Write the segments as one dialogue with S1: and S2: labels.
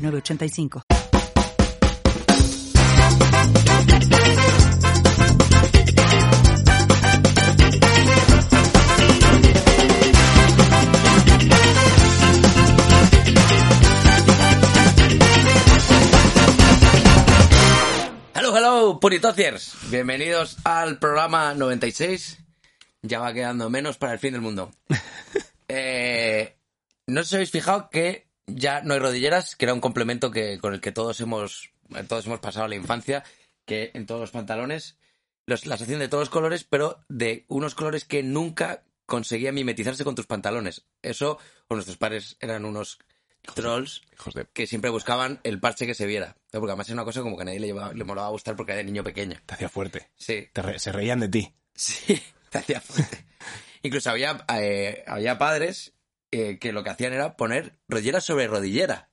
S1: 985.
S2: Hello, hello, Puritociers. Bienvenidos al programa 96. Ya va quedando menos para el fin del mundo. Eh, no sé si habéis fijado que ya no hay rodilleras, que era un complemento que, con el que todos hemos, todos hemos pasado la infancia, que en todos los pantalones los- las hacían de todos los colores, pero de unos colores que nunca conseguían mimetizarse con tus pantalones. Eso, o nuestros padres eran unos trolls
S3: Hijos de...
S2: que siempre buscaban el parche que se viera. ¿no? Porque además es una cosa como que a nadie le, llevaba- le molaba gustar porque era de niño pequeño.
S3: Te hacía fuerte.
S2: Sí,
S3: Te re- se reían de ti.
S2: sí, te hacía fuerte. Incluso había, eh, había padres eh, que lo que hacían era poner rodillera sobre rodillera.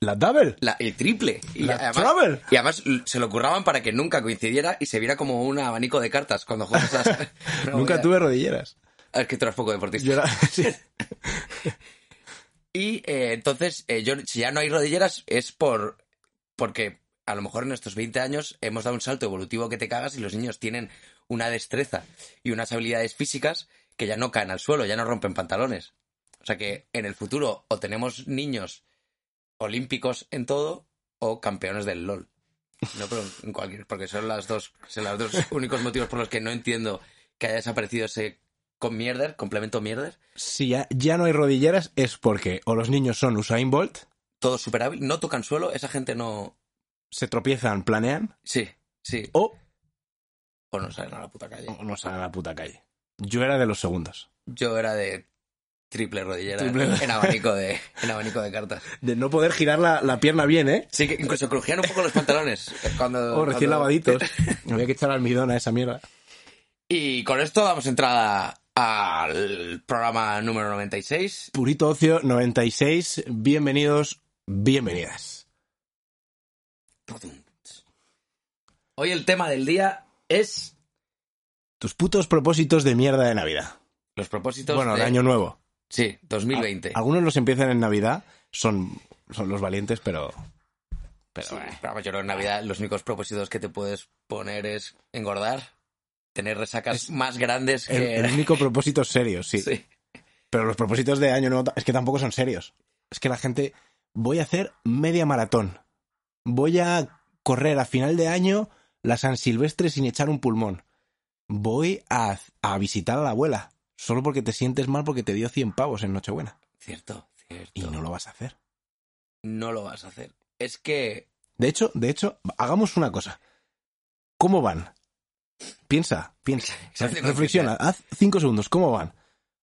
S3: ¿La double?
S2: La- el triple. Y
S3: La
S2: además,
S3: trouble.
S2: y además l- se lo curraban para que nunca coincidiera y se viera como un abanico de cartas cuando juegas. a- una
S3: Nunca
S2: movida.
S3: tuve rodilleras.
S2: Es que tú eras poco deportista.
S3: Yo era... sí.
S2: Y eh, entonces, eh, yo, si ya no hay rodilleras, es por porque a lo mejor en nuestros 20 años hemos dado un salto evolutivo que te cagas y los niños tienen una destreza y unas habilidades físicas que ya no caen al suelo, ya no rompen pantalones. O sea que en el futuro o tenemos niños olímpicos en todo o campeones del LOL. No, pero en cualquier, porque son las dos, son los dos únicos motivos por los que no entiendo que haya desaparecido ese con mierder, complemento mierder,
S3: Si ya, ya no hay rodilleras es porque o los niños son Usain Bolt,
S2: todo super hábil, no tocan suelo, esa gente no,
S3: se tropiezan, planean,
S2: Sí, sí.
S3: o
S2: O no salen a la puta calle.
S3: o no salen a la puta calle. Yo era de los segundos.
S2: Yo era de triple rodillera
S3: Triple-
S2: en abanico de en abanico de cartas.
S3: De no poder girar la, la pierna bien, ¿eh?
S2: Sí, que incluso crujían un poco los pantalones eh, cuando
S3: O Oh, recién
S2: cuando-
S3: lavaditos. Había que echar almidón a esa mierda.
S2: Y con esto damos entrada al programa número 96.
S3: Purito Ocio 96, bienvenidos, bienvenidas.
S2: Hoy el tema del día es
S3: Tus putos propósitos de mierda de Navidad.
S2: los propósitos
S3: Bueno,
S2: de
S3: de año nuevo.
S2: Sí, 2020.
S3: Algunos los empiezan en Navidad, son, son los valientes, pero... Pero,
S2: Sí,
S3: eh,
S2: pero vamos, yo creo que en Navidad los únicos propósitos que te puedes poner es engordar, tener resacas más grandes
S3: el,
S2: que...
S3: el único propósito serio, sí.
S2: Eh. Sí.
S3: Pero los propósitos de año nuevo ta- es que tampoco son serios. Es que la gente, voy a hacer media maratón. Voy a correr a final de año la San Silvestre sin echar un pulmón. Voy a, a visitar a la abuela. Solo porque te sientes mal porque te dio 100 pavos en Nochebuena.
S2: Cierto, cierto.
S3: Y no lo vas a hacer.
S2: no lo vas a hacer. Es que
S3: De hecho, de hecho, hagamos una cosa. ¿Cómo van? Piensa, piensa.
S2: Exacto,
S3: Reflexiona, haz cinco segundos. ¿Cómo van?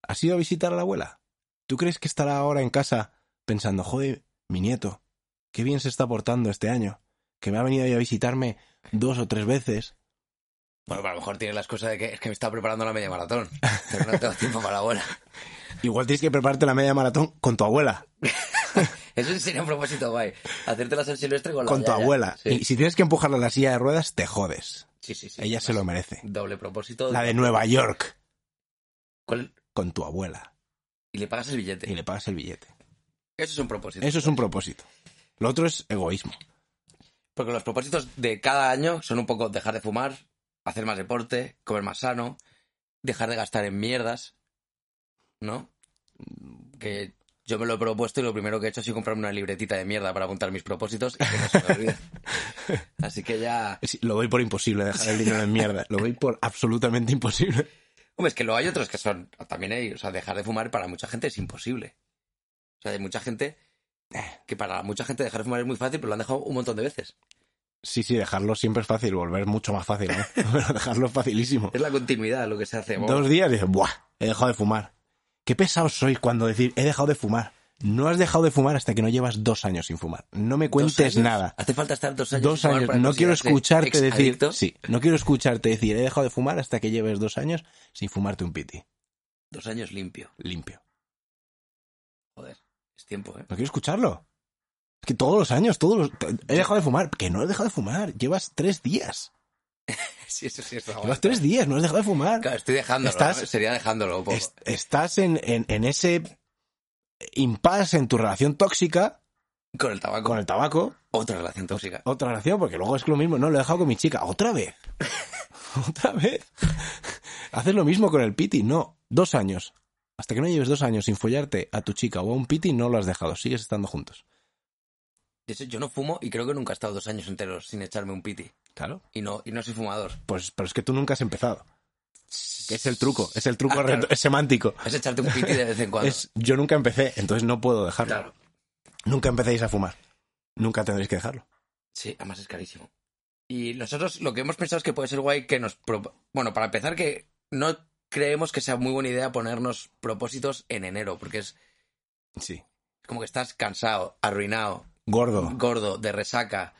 S3: ¿Has ido a visitar a la abuela? ¿Tú crees que estará ahora en casa pensando, joder, mi nieto, qué bien se está portando este año? Que me ha venido ahí a visitarme dos o tres veces.
S2: bueno, a lo mejor tiene las cosas de que es que me estaba preparando la media maratón, pero no tengo tiempo para la abuela.
S3: Igual tienes que prepararte la media maratón con tu abuela.
S2: Eso sería un propósito guay, hacerte la San Silvestre con la
S3: Con tu
S2: yaya.
S3: abuela.
S2: Sí,
S3: Y si tienes que empujarla a la silla de ruedas, te jodes.
S2: sí, sí, sí.
S3: Ella se lo
S2: Además,
S3: merece.
S2: Doble propósito.
S3: La de Nueva York.
S2: ¿Cuál?
S3: Con tu abuela.
S2: Y le pagas el billete.
S3: Y le pagas el billete.
S2: Eso es un propósito.
S3: Eso es un propósito. Lo otro es egoísmo.
S2: Porque los propósitos de cada año son un poco dejar de fumar, hacer más deporte, comer más sano, dejar de gastar en mierdas, ¿no? Que yo me lo he propuesto y lo primero que he hecho ha sido comprarme una libretita de mierda para apuntar mis propósitos y que no se me olviden. Así que ya...
S3: Sí, Lo doy por imposible dejar el dinero en mierda. Lo doy por absolutamente imposible.
S2: Hombre, es que lo hay otros que son... También hay... O sea, dejar de fumar para mucha gente es imposible. O sea, hay mucha gente... Que para mucha gente dejar de fumar es muy fácil, pero lo han dejado un montón de veces.
S3: Sí, sí, dejarlo siempre es fácil, volver mucho más fácil, ¿no? Pero dejarlo es facilísimo.
S2: Es la continuidad lo que se hace.
S3: Dos días dices, ¡buah! He dejado de fumar. Qué pesados sois cuando decir, he dejado de fumar. No has dejado de fumar hasta que no llevas dos años sin fumar. No me cuentes
S2: años?
S3: nada.
S2: Hace falta estar dos años.
S3: Dos
S2: sin fumar
S3: años.
S2: para
S3: No quiero
S2: considerarse
S3: escucharte decir.
S2: exadicto.
S3: Sí, no quiero escucharte decir. He dejado de fumar hasta que lleves dos años sin fumarte un piti.
S2: Dos años limpio.
S3: Limpio.
S2: Joder, es tiempo, ¿eh?
S3: No quiero escucharlo. Es que todos los años, todos los. He dejado de fumar. Que no he dejado de fumar. Llevas tres días.
S2: Sí, eso sí está guay.
S3: Llevas tres días, no has dejado de fumar.
S2: Claro, estoy dejándolo.
S3: Estás-
S2: ¿no? Sería dejándolo un poco.
S3: Es- estás en, en- en ese impasse en tu relación tóxica
S2: Con el tabaco.
S3: con el tabaco.
S2: Otra relación tóxica.
S3: Otra relación, porque luego es lo mismo. No, lo he dejado con mi chica. Otra vez. Otra vez. Haces lo mismo con el piti. No, dos años. Hasta que no lleves dos años sin follarte a tu chica o a un piti, no lo has dejado. Sigues estando juntos.
S2: De hecho, yo no fumo y creo que nunca he estado dos años enteros sin echarme un piti.
S3: Claro.
S2: Y no, y no soy fumador.
S3: Pues, pero es que tú nunca has empezado. Que es el truco. Es el truco
S2: Ah, claro.
S3: re- semántico.
S2: Es echarte un piti de vez en cuando.
S3: Es, yo nunca empecé, entonces no puedo dejarlo.
S2: Claro.
S3: Nunca empecéis a fumar. Nunca tendréis que dejarlo.
S2: Sí, además es carísimo. Y nosotros lo que hemos pensado es que puede ser guay que nos... pro- Bueno, para empezar que no creemos que sea muy buena idea ponernos propósitos en enero, porque es
S3: Sí.
S2: como que estás cansado, arruinado,
S3: Gordo.
S2: gordo, de resaca,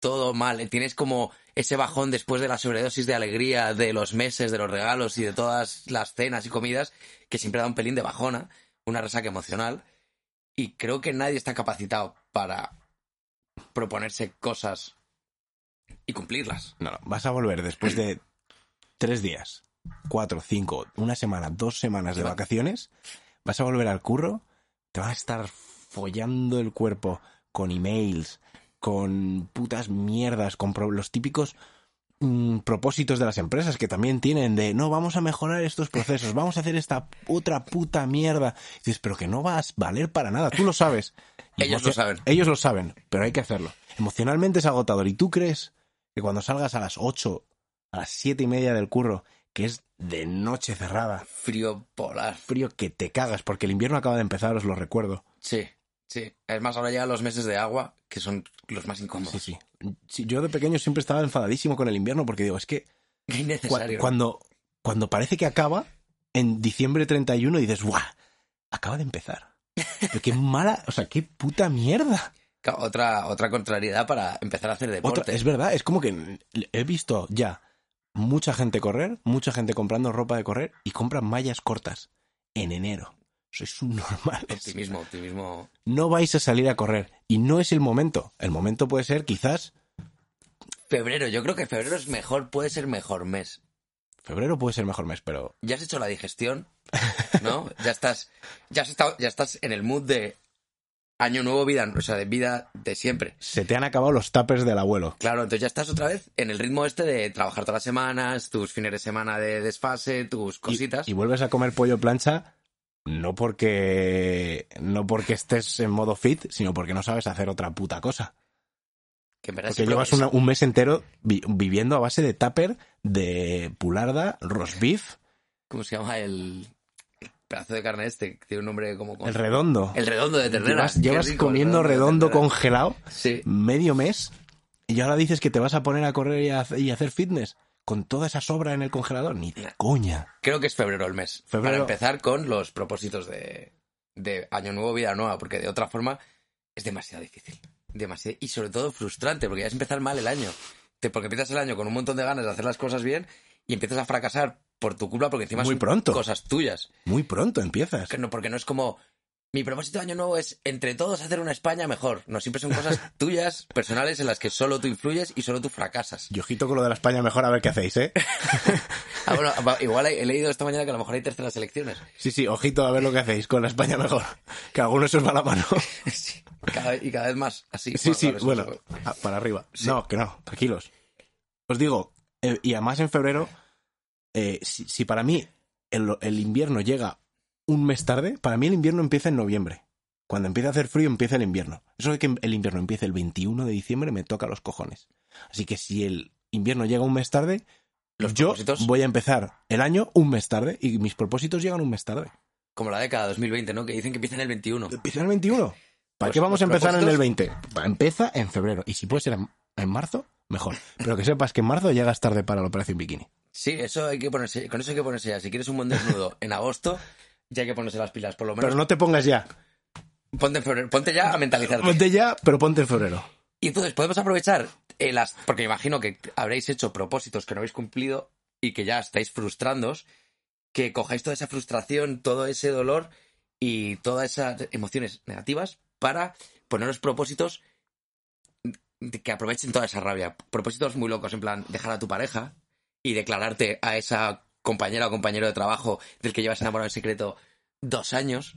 S2: todo mal. Tienes como ese bajón después de la sobredosis de alegría, de los meses, de los regalos y de todas las cenas y comidas, que siempre da un pelín de bajona, una resaca emocional. Y creo que nadie está capacitado para proponerse cosas y cumplirlas.
S3: No, no. Vas a volver después de tres días, cuatro, cinco, una semana, dos semanas de vacaciones. Vas a volver al curro. Te vas a estar follando el cuerpo con emails, con putas mierdas, con pro- los típicos mm, propósitos de las empresas que también tienen de no vamos a mejorar estos procesos, vamos a hacer esta otra puta mierda. Y dices, pero que no vas a valer para nada, tú lo sabes. Y
S2: Ellos
S3: emocio-
S2: lo saben.
S3: Ellos lo saben, pero hay que hacerlo. Emocionalmente es agotador. ¿Y tú crees que cuando salgas a las 8, a las siete y media del curro, que es de noche cerrada,
S2: Frío polar.
S3: frío que te cagas, porque el invierno acaba de empezar, os lo recuerdo.
S2: Sí, sí. Además, ahora llegan los meses de agua, que son los más incómodos.
S3: Sí, sí. Sí, Yo de pequeño siempre estaba enfadadísimo con el invierno porque digo, es que
S2: Qué
S3: Cu-
S2: innecesario.
S3: cuando, cuando parece que acaba, en diciembre 31 dices, ¡guau! Acaba de empezar. Pero qué mala, o sea, qué puta mierda.
S2: Claro, Otra, otra contrariedad para empezar a hacer deporte.
S3: Otra- es verdad, es como que he visto ya mucha gente correr, mucha gente comprando ropa de correr y compran mallas cortas en enero. Sois un normal.
S2: Optimismo, optimismo.
S3: No vais a salir a correr y no es el momento. El momento puede ser quizás,
S2: Febrero, yo creo que febrero es mejor, puede ser mejor mes.
S3: febrero puede ser mejor mes, pero
S2: Ya has hecho la digestión, ¿no? ya estás, ya has estado, ya estás en el mood de año nuevo, vida, o sea, de vida de siempre.
S3: se te han acabado los tapers del abuelo.
S2: Claro, entonces ya estás otra vez en el ritmo este de trabajar todas las semanas, tus fines de semana de desfase, tus
S3: y-
S2: cositas.
S3: Y, vuelves a comer pollo plancha no porque no porque estés en modo fit, sino porque no sabes hacer otra puta cosa.
S2: que en verdad
S3: Porque
S2: siempre-
S3: llevas una- un mes entero vi- viviendo a base de tupper, de pularda, roast beef,
S2: ¿Cómo se llama el, el pedazo de carne este? Que Tiene un nombre como... con-
S3: el redondo.
S2: el redondo de ternera.
S3: Llevas,
S2: Qué
S3: llevas
S2: rico, el
S3: comiendo redondo,
S2: de ternera.
S3: congelado
S2: Sí.
S3: medio mes y ahora dices que te vas a poner a correr y a, hacer- y a hacer fitness con toda esa sobra en el congelador. Ni de coña.
S2: Creo que es febrero el mes.
S3: Febrero.
S2: Para empezar con los propósitos de, de Año Nuevo, Vida Nueva, porque de otra forma es demasiado difícil. Demasiado, y sobre todo frustrante, porque ya es empezar mal el año. Te- porque empiezas el año con un montón de ganas de hacer las cosas bien y empiezas a fracasar por tu culpa, porque encima
S3: Muy
S2: son
S3: pronto.
S2: cosas tuyas.
S3: Muy pronto empiezas.
S2: Que no- porque no es como. Mi propósito de año nuevo es entre todos hacer una España mejor. No, siempre son cosas tuyas, personales, en las que solo tú influyes y solo tú fracasas.
S3: Y ojito con lo de la España mejor a ver qué hacéis, ¿eh?
S2: Ah, bueno, va- igual he he leído esta mañana que a lo mejor hay terceras elecciones.
S3: Sí, sí, ojito a ver lo que hacéis con la España mejor. Que alguno se os va la mano.
S2: Sí, cada- y cada vez más así.
S3: Sí, sí,
S2: claro, eso
S3: bueno,
S2: es-
S3: ah, para arriba.
S2: Sí.
S3: No, que no, tranquilos. Os digo, eh, y además en febrero, eh, si, si para mí el, el invierno llega un mes tarde, para mí el invierno empieza en noviembre. Cuando empieza a hacer frío, empieza el invierno. Eso de que el invierno empiece el 21 de diciembre me toca los cojones. Así que si el invierno llega un mes tarde,
S2: Los
S3: yo
S2: propósitos.
S3: voy a empezar el año un mes tarde y mis propósitos llegan un mes tarde.
S2: Como la década 2020, ¿no? Que dicen que empieza en el 21.
S3: Empieza en el 21. ¿Para
S2: Pues
S3: qué vamos a
S2: los
S3: empezar en el
S2: propósitos-
S3: 20? Va, Empieza en febrero. Y si puede ser en, en marzo, mejor. Pero que sepas que en marzo llegas tarde para la operación bikini.
S2: Sí, eso hay que ponerse, con eso hay que ponerse ya. Si quieres un buen desnudo en agosto, ya hay que ponerse las pilas, por lo menos.
S3: Pero no te pongas ya.
S2: Ponte en febrero, ponte ya a mentalizarte.
S3: Ponte ya, pero ponte en febrero.
S2: Y entonces podemos aprovechar eh, las. Porque imagino que habréis hecho propósitos que no habéis cumplido y que ya estáis frustrándoos. Que cojáis toda esa frustración, todo ese dolor y todas esas emociones negativas para poneros propósitos de que aprovechen toda esa rabia. Propósitos muy locos, en plan, dejar a tu pareja y declararte a esa compañera o compañero de trabajo del que llevas enamorado en secreto dos años.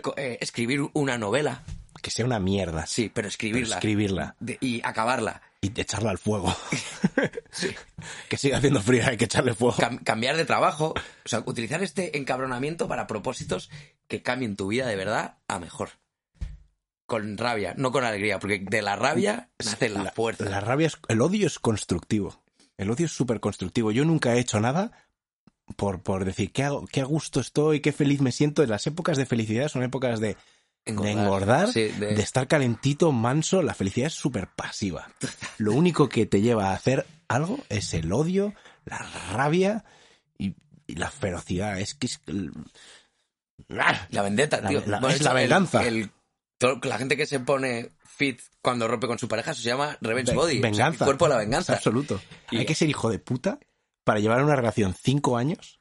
S2: co- eh, escribir una novela,
S3: Que sea una mierda.
S2: sí, pero
S3: pero
S2: escribirla.
S3: escribirla
S2: de- y acabarla.
S3: y echarla al fuego. que siga haciendo frío, hay que echarle fuego.
S2: Cam- cambiar de trabajo. O sea, utilizar este encabronamiento para propósitos que cambien tu vida de verdad a mejor. Con rabia, no con alegría, porque de la rabia nace la, fuerza.
S3: La rabia es, el odio es constructivo. El odio es súper constructivo. Yo nunca he hecho nada por, por decir qué, hago, qué a gusto estoy, qué feliz me siento. Las épocas de felicidad son épocas de de engordar,
S2: Sí, de-
S3: de estar calentito, manso. La felicidad es súper pasiva. Lo único que te lleva a hacer algo es el odio, la rabia y, y la ferocidad. Es que es... ¡Ah!
S2: La vendetta,
S3: La-
S2: tío.
S3: la-
S2: Bueno,
S3: es
S2: hecho,
S3: la
S2: el-
S3: venganza.
S2: el- todo- la gente que se pone fit cuando rompe con su pareja se llama revenge
S3: Ve-
S2: body. o sea, el
S3: Venganza.
S2: cuerpo de la
S3: Es
S2: venganza.
S3: absoluto.
S2: Y-
S3: Hay que ser hijo de puta para llevar una relación cinco años.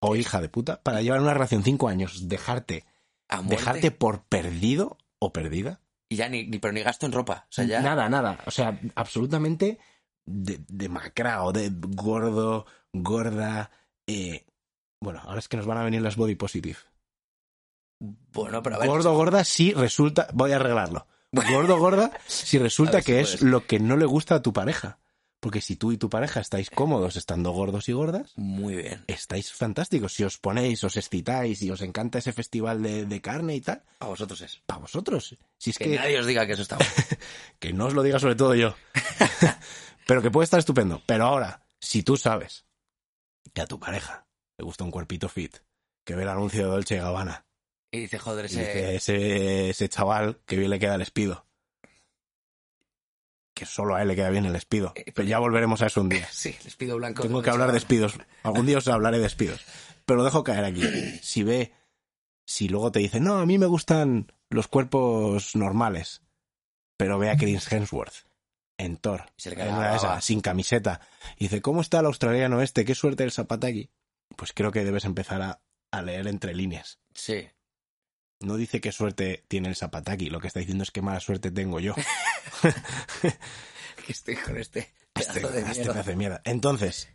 S3: O hija de puta, para llevar una relación cinco años, dejarte,
S2: A muerte.
S3: dejarte por perdido o perdida.
S2: Y ya ni, ni- pero ni gasto en ropa. O sea, ya.
S3: Nada, nada. O sea, absolutamente de- demacrado, de, gordo, gorda. eh, Bueno, ahora es que nos van a venir las body positive.
S2: Bueno, pero a ver.
S3: Gordo, gorda, si resulta. Voy a arreglarlo. Gordo, gorda, si
S2: A
S3: resulta
S2: ver si
S3: que
S2: puedes.
S3: es lo que no le gusta a tu pareja. Porque si tú y tu pareja estáis cómodos estando gordos y gordas,
S2: Muy bien.
S3: estáis fantásticos. Si os ponéis, os excitáis y os encanta ese festival de, de carne y tal,
S2: A vosotros es.
S3: para vosotros. Si es
S2: Que,
S3: que,
S2: nadie os diga que eso está mal.
S3: que no os lo diga sobre todo yo. pero que puede estar estupendo. Pero ahora, si tú sabes que a tu pareja le gusta un cuerpito fit, que ve el anuncio de Dolce y Gabbana,
S2: Y dice, joder,
S3: y
S2: ese.
S3: dice, ese, ese chaval que bien le queda el espido, que solo a él le queda bien el espido,
S2: Eh,
S3: pero ya volveremos a eso un día.
S2: Sí, les pido blanco.
S3: Tengo que hablar de despidos. Algún día os hablaré de despidos. Pero lo dejo caer aquí. Si ve, si luego te dice, no, a mí me gustan los cuerpos normales, pero ve a Chris Hemsworth en Thor,
S2: Se le
S3: en
S2: cae la
S3: una de esas,
S2: baba.
S3: sin camiseta, y dice, ¿cómo está el australiano este? ¿Qué suerte el Zapataki? Pues creo que debes empezar a, a leer entre líneas.
S2: Sí.
S3: No dice qué suerte tiene el Zapataki, lo que está diciendo es qué mala suerte tengo yo.
S2: Que estoy con este.
S3: Este,
S2: pedazo de
S3: este
S2: mierda.
S3: me hace mierda. Entonces,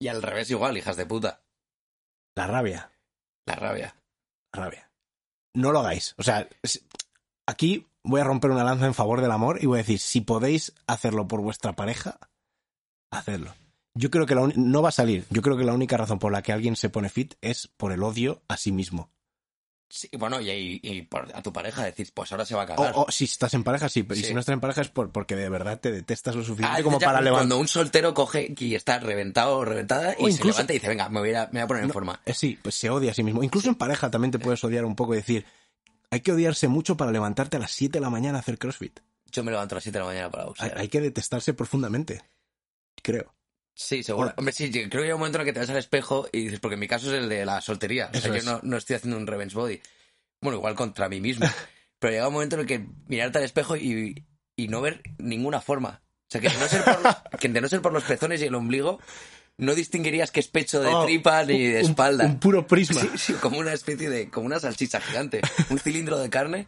S2: Y al revés igual, hijas de puta.
S3: la rabia.
S2: La rabia.
S3: rabia. No lo hagáis. O sea, es- aquí voy a romper una lanza en favor del amor y voy a decir, si podéis hacerlo por vuestra pareja, hacedlo. Yo creo que la uni- no va a salir. Yo creo que la única razón por la que alguien se pone fit es por el odio a sí mismo.
S2: Sí, bueno, y, y, y por- a tu pareja decir, pues ahora se va a
S3: O,
S2: cagar.
S3: o si estás en pareja, sí, pero y
S2: Sí.
S3: si no estás en pareja es por, porque de verdad te detestas lo suficiente
S2: Ah,
S3: como
S2: ya,
S3: para levantar.
S2: Cuando un soltero coge y está reventado o reventada y
S3: O
S2: se
S3: incluso-
S2: levanta y dice, venga, me voy a, ir a- me voy a poner en forma.
S3: Eh, Sí, pues se odia a sí mismo. Incluso en pareja también te puedes odiar un poco y decir, hay que odiarse mucho para levantarte a las 7 de la mañana a hacer CrossFit.
S2: Yo me levanto a las 7 de la mañana para
S3: Hay-
S2: boxear.
S3: hay que detestarse profundamente. Creo.
S2: Sí, seguro.
S3: Hola.
S2: Hombre, sí, yo creo que hay un momento en el que te ves al espejo y dices, porque en mi caso es el de la soltería. O sea,
S3: Eso
S2: yo
S3: es.
S2: no, no estoy haciendo un revenge body. Bueno, igual contra mí mismo. Pero llega un momento en el que mirarte al espejo y, y no ver ninguna forma. O sea, que de, no ser por, que de no ser por los pezones y el ombligo, no distinguirías que es pecho de
S3: Oh,
S2: tripa ni de
S3: un-
S2: espalda.
S3: Un, puro prisma.
S2: Sí, sí, como una especie de, como una salchicha gigante, un cilindro de carne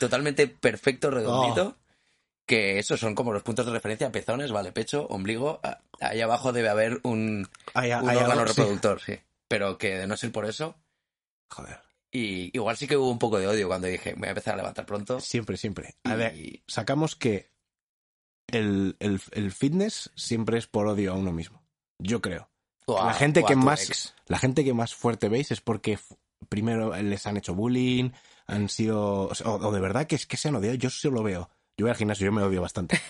S2: totalmente perfecto, redondito,
S3: Oh.
S2: que esos son como los puntos de referencia, pezones, vale, pecho, ombligo, a- ahí abajo debe haber un,
S3: Hay-
S2: un
S3: Ah, hay
S2: órgano
S3: algo- sí.
S2: reproductor, sí. Pero que de no ser por eso,
S3: Joder.
S2: y igual sí que hubo un poco de odio cuando dije, voy a empezar a levantar pronto.
S3: Siempre, siempre. A ver,
S2: y-
S3: sacamos que el, el- el fitness siempre es por odio a uno mismo. Yo creo.
S2: o a-
S3: la gente
S2: o a
S3: que
S2: tu
S3: más
S2: ex.
S3: la gente que más fuerte veis es porque f- primero eh, les han hecho bullying, han sido o, sea, o- o de verdad que es que se han odiado, yo solo veo. Yo voy al gimnasio, yo me odio bastante.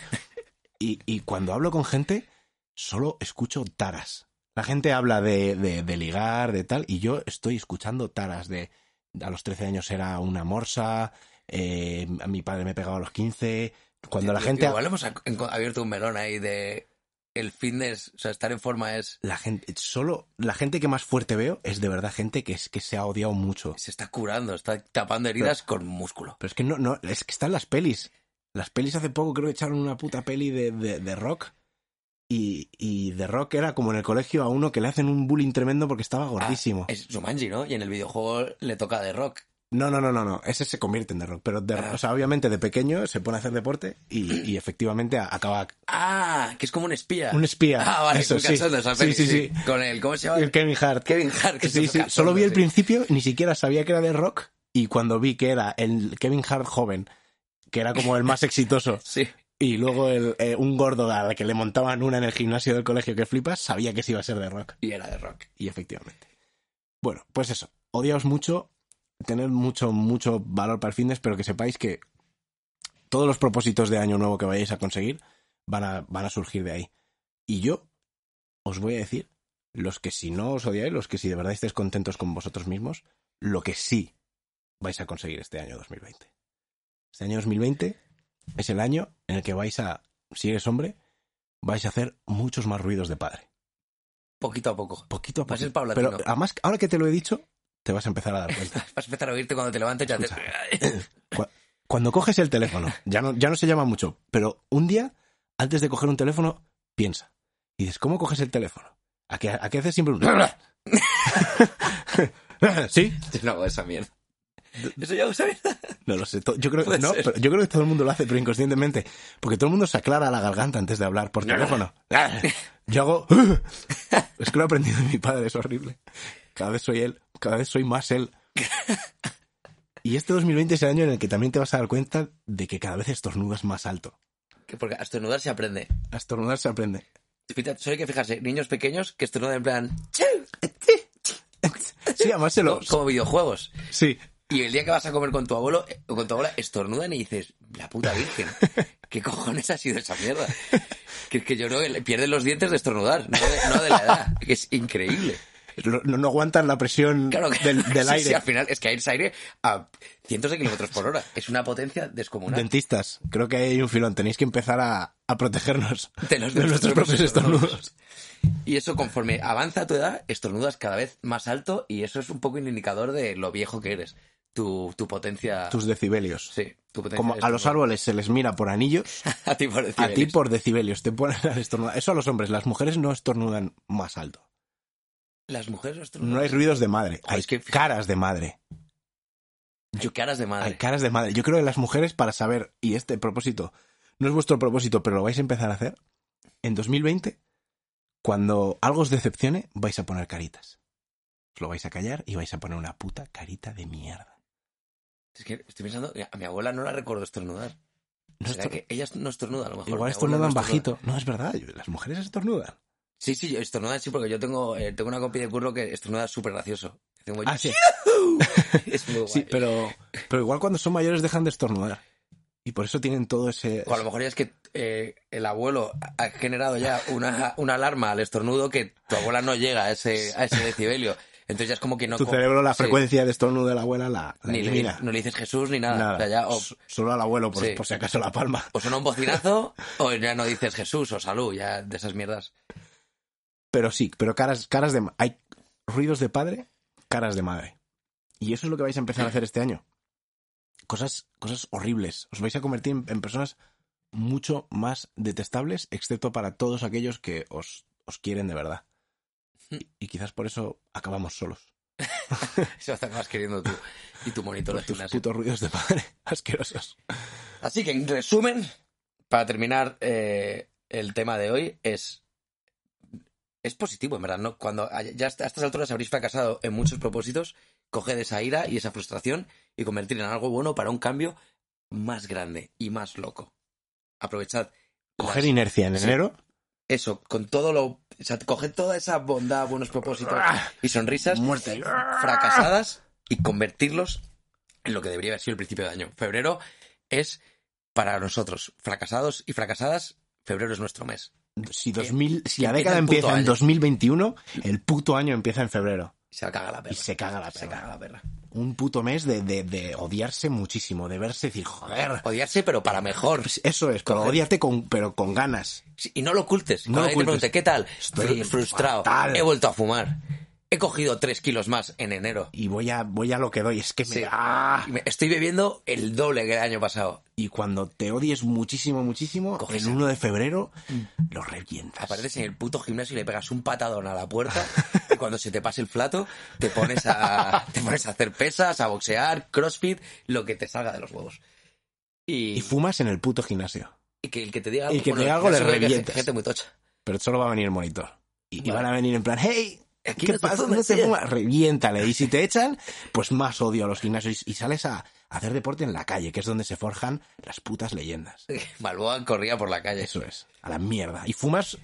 S3: Y, y cuando hablo con gente, solo escucho taras. La gente habla de, de- de ligar, de tal, y yo estoy escuchando taras de a los 13 años era una morsa, eh, a mi padre me pegaba a los 15. Cuando la gente.
S2: Igual hemos ac- enco- abierto un melón ahí de el fitness, o sea, estar en forma es...
S3: La gente, solo la gente que más fuerte veo es de verdad gente que, es, que se ha odiado mucho.
S2: Se está curando, está tapando heridas con músculo.
S3: Pero es que no, no, es que están las pelis. Las pelis hace poco creo que echaron una puta peli de, de, de rock. Y, y de rock era como en el colegio a uno que le hacen un bullying tremendo porque estaba gordísimo.
S2: Ah, es Jumanji, ¿no? Y en el videojuego le toca de rock.
S3: No, no, no, no, no. Ese se convierte en The Rock. Pero, The
S2: Ah.
S3: Rock- o sea, obviamente de pequeño se pone a hacer deporte y, y efectivamente a- acaba
S2: Ah, que es como un espía.
S3: un espía.
S2: Ah, vale,
S3: Eso,
S2: estoy
S3: sí.
S2: cachondo, esa peli,
S3: sí, sí, sí.
S2: Con el, ¿cómo se llama?
S3: El Kevin Hart.
S2: Kevin Hart. que
S3: Sí,
S2: se
S3: sí.
S2: cachondo,
S3: Solo vi el
S2: sí.
S3: principio, ni siquiera sabía que era de rock. Y cuando vi que era el Kevin Hart joven, que era como el más exitoso,
S2: Sí.
S3: y luego el, eh, un gordo al que le montaban una en el gimnasio del colegio que flipas, sabía que se iba a ser de rock.
S2: Y era de rock.
S3: Y efectivamente. Bueno, pues eso. Odiaos mucho. Tened mucho, mucho valor para el fitness, pero que sepáis que todos los propósitos de año nuevo que vayáis a conseguir van a, van a surgir de ahí. Y yo os voy a decir, los que si no os odiáis, los que si de verdad estáis contentos con vosotros mismos, lo que sí vais a conseguir este año 2020. Este año 2020 es el año en el que vais a, si eres hombre, vais a hacer muchos más ruidos de padre
S2: Poquito a poco.
S3: poquito a
S2: Va a ser
S3: poquito.
S2: paulatino.
S3: Pero además, ahora que te lo he dicho, te vas a empezar a dar cuenta.
S2: Vas a empezar a oírte cuando te levantes ya te...
S3: Cuando coges el teléfono, ya no, ya no se llama mucho, pero un día, antes de coger un teléfono, piensa. Y dices, ¿cómo coges el teléfono? ¿A qué, a qué haces siempre un... ¿Sí?
S2: Yo no hago esa mierda. Eso ya hago esa mierda.
S3: No lo sé. to- Yo creo,
S2: Puede
S3: no,
S2: ser.
S3: pero yo creo que todo el mundo lo hace, pero inconscientemente. Porque todo el mundo se aclara la garganta antes de hablar por teléfono. Yo hago... ¡Ah! Es que lo he aprendido de mi padre, es horrible. Cada vez soy él, cada vez soy más él. Y este 2020 es el año en el que también te vas a dar cuenta de que cada vez estornudas más alto.
S2: Que Porque a estornudar se aprende.
S3: A estornudar se aprende.
S2: Fíjate, Solo hay que fijarse, niños pequeños que estornudan en plan...
S3: Sí, además se lo...
S2: ¿no? Como videojuegos.
S3: Sí.
S2: Y el día que vas a comer con tu abuelo eh, o con tu abuela, estornudan y dices, la puta virgen, ¿qué cojones ha sido esa mierda? Que es que yo creo que le pierden los dientes de estornudar, no de, no de la edad, que es increíble.
S3: No, no aguantan la presión
S2: Claro que
S3: del, del
S2: sí,
S3: aire.
S2: sí, al final es que hay aire a cientos de kilómetros por hora. Es una potencia descomunal.
S3: Dentistas, creo que hay un filón. Tenéis que empezar a, a protegernos
S2: De los- de nuestros
S3: nuestros propios
S2: propios
S3: estornudos.
S2: Y eso conforme avanza tu edad, estornudas cada vez más alto y eso es un poco un indicador de lo viejo que eres. Tu, tu potencia...
S3: Tus decibelios.
S2: Sí, tu potencia
S3: Como
S2: de
S3: a los
S2: estornudar.
S3: árboles se les mira por anillos,
S2: A ti por
S3: a ti
S2: decir.
S3: por decibelios. Te ponen a estornudar. Eso a los hombres. Las mujeres no estornudan más alto.
S2: Las mujeres no estornudan.
S3: No hay ruidos de madre.
S2: Joder,
S3: Hay
S2: es que-
S3: caras de madre.
S2: Hay caras de madre.
S3: Hay caras de madre. Yo creo que las mujeres, para saber, y este propósito, no es vuestro propósito, pero lo vais a empezar a hacer, en 2020, cuando algo os decepcione, vais a poner caritas. Os lo vais a callar y vais a poner una puta carita de mierda.
S2: Es que estoy pensando, a mi abuela no la recuerdo estornudar.
S3: No
S2: ¿Será
S3: estor-
S2: que ella no estornuda a lo mejor?
S3: Igual
S2: Mi abuela no
S3: estornudan
S2: estornuda.
S3: bajito. No, es verdad. Las mujeres estornudan.
S2: Sí, sí, yo estornuda sí, porque yo tengo, eh, tengo una compi de curro que estornuda súper gracioso. Hace un buen-
S3: Ah, sí.
S2: es muy guay.
S3: Sí, pero, pero igual cuando son mayores dejan de estornudar. Y por eso tienen todo ese...
S2: O a lo mejor ya es que eh, el abuelo ha generado ya una, una alarma al estornudo que tu abuela no llega a ese, a ese decibelio. Entonces ya es como que no...
S3: tu
S2: co-
S3: cerebro la
S2: sí.
S3: frecuencia de estornudo de la abuela la, la
S2: Ni le,
S3: elimina.
S2: no le dices Jesús ni nada.
S3: Nada.
S2: O, sea, ya o-
S3: S- Solo al abuelo, por,
S2: Sí.
S3: por si acaso la palma.
S2: o suena un bocinazo o ya no dices Jesús o salud, ya de esas mierdas.
S3: Pero sí, pero caras, caras de... ma- Hay ruidos de padre, caras de madre. Y eso es lo que vais a empezar a hacer este año. Cosas, cosas horribles. Os vais a convertir en, en personas mucho más detestables, excepto para todos aquellos que os, os quieren de verdad.
S2: Hmm.
S3: Y- y quizás por eso acabamos solos.
S2: Eso te acabas queriendo tú y tu monitor
S3: por
S2: de
S3: tus
S2: gimnasio.
S3: putos ruidos de padre asquerosos.
S2: Así que, en resumen, para terminar eh, el tema de hoy, es. Es positivo, en verdad, ¿no? Cuando a- ya a estas alturas habréis fracasado en muchos propósitos, coged esa ira y esa frustración y convertirla en algo bueno para un cambio más grande y más loco. Aprovechad
S3: Coger
S2: las-
S3: inercia en
S2: Sí.
S3: enero.
S2: eso, con todo lo. O sea, coged toda esa bondad, buenos propósitos y sonrisas
S3: Muerte.
S2: fracasadas y convertirlos en lo que debería haber sido el principio de año. Febrero es para nosotros, fracasados y fracasadas, febrero es nuestro mes.
S3: Si, 2000, si la
S2: empieza
S3: década
S2: el puto
S3: empieza en
S2: año.
S3: 2021, el puto año empieza en febrero.
S2: Se la caga la perra.
S3: Y se caga la
S2: Se
S3: perra.
S2: caga la perra.
S3: un puto mes de, de- de odiarse muchísimo, de verse y decir, joder.
S2: Odiarse, pero para mejor.
S3: Eso es, pero
S2: Correcto.
S3: odiarte con, pero con ganas.
S2: Sí, Y no lo ocultes.
S3: No
S2: Cuando
S3: lo
S2: alguien te pregunte,
S3: ocultes.
S2: ¿qué tal?
S3: Estoy
S2: Fru- frustrado.
S3: fatal.
S2: He vuelto a fumar. He cogido tres kilos más en enero.
S3: Y voy a, voy a lo que doy. Es que me-
S2: Sí.
S3: ¡Ah!
S2: Y me- Estoy bebiendo el doble que el año pasado.
S3: Y cuando te odies muchísimo, muchísimo,
S2: Coges
S3: el
S2: el-
S3: 1 de febrero
S2: Mm.
S3: lo revientas.
S2: Apareces en el puto gimnasio y le pegas un patadón a la puerta y cuando se te pase el plato te pones a, te pones a hacer pesas, a boxear, crossfit, lo que te salga de los huevos. Y,
S3: Y fumas en el puto gimnasio.
S2: y que el que te diga algo,
S3: y que
S2: bueno,
S3: te diga
S2: el
S3: algo, le
S2: gimnasio creo que es
S3: revientas.
S2: Gente muy tocha.
S3: Pero solo va a venir el monitor. Y, y
S2: Vale.
S3: van a venir en plan, hey,
S2: Aquí
S3: ¿qué
S2: no te
S3: pasa?
S2: fumas,
S3: ¿No te
S2: tío".
S3: fumas? Reviéntale. Y si te echan, pues más odio a los gimnasios. Y sales a a hacer deporte en la calle, que es donde se forjan las putas leyendas.
S2: Malboa corría por la calle.
S3: Eso es. A la mierda. Y fumas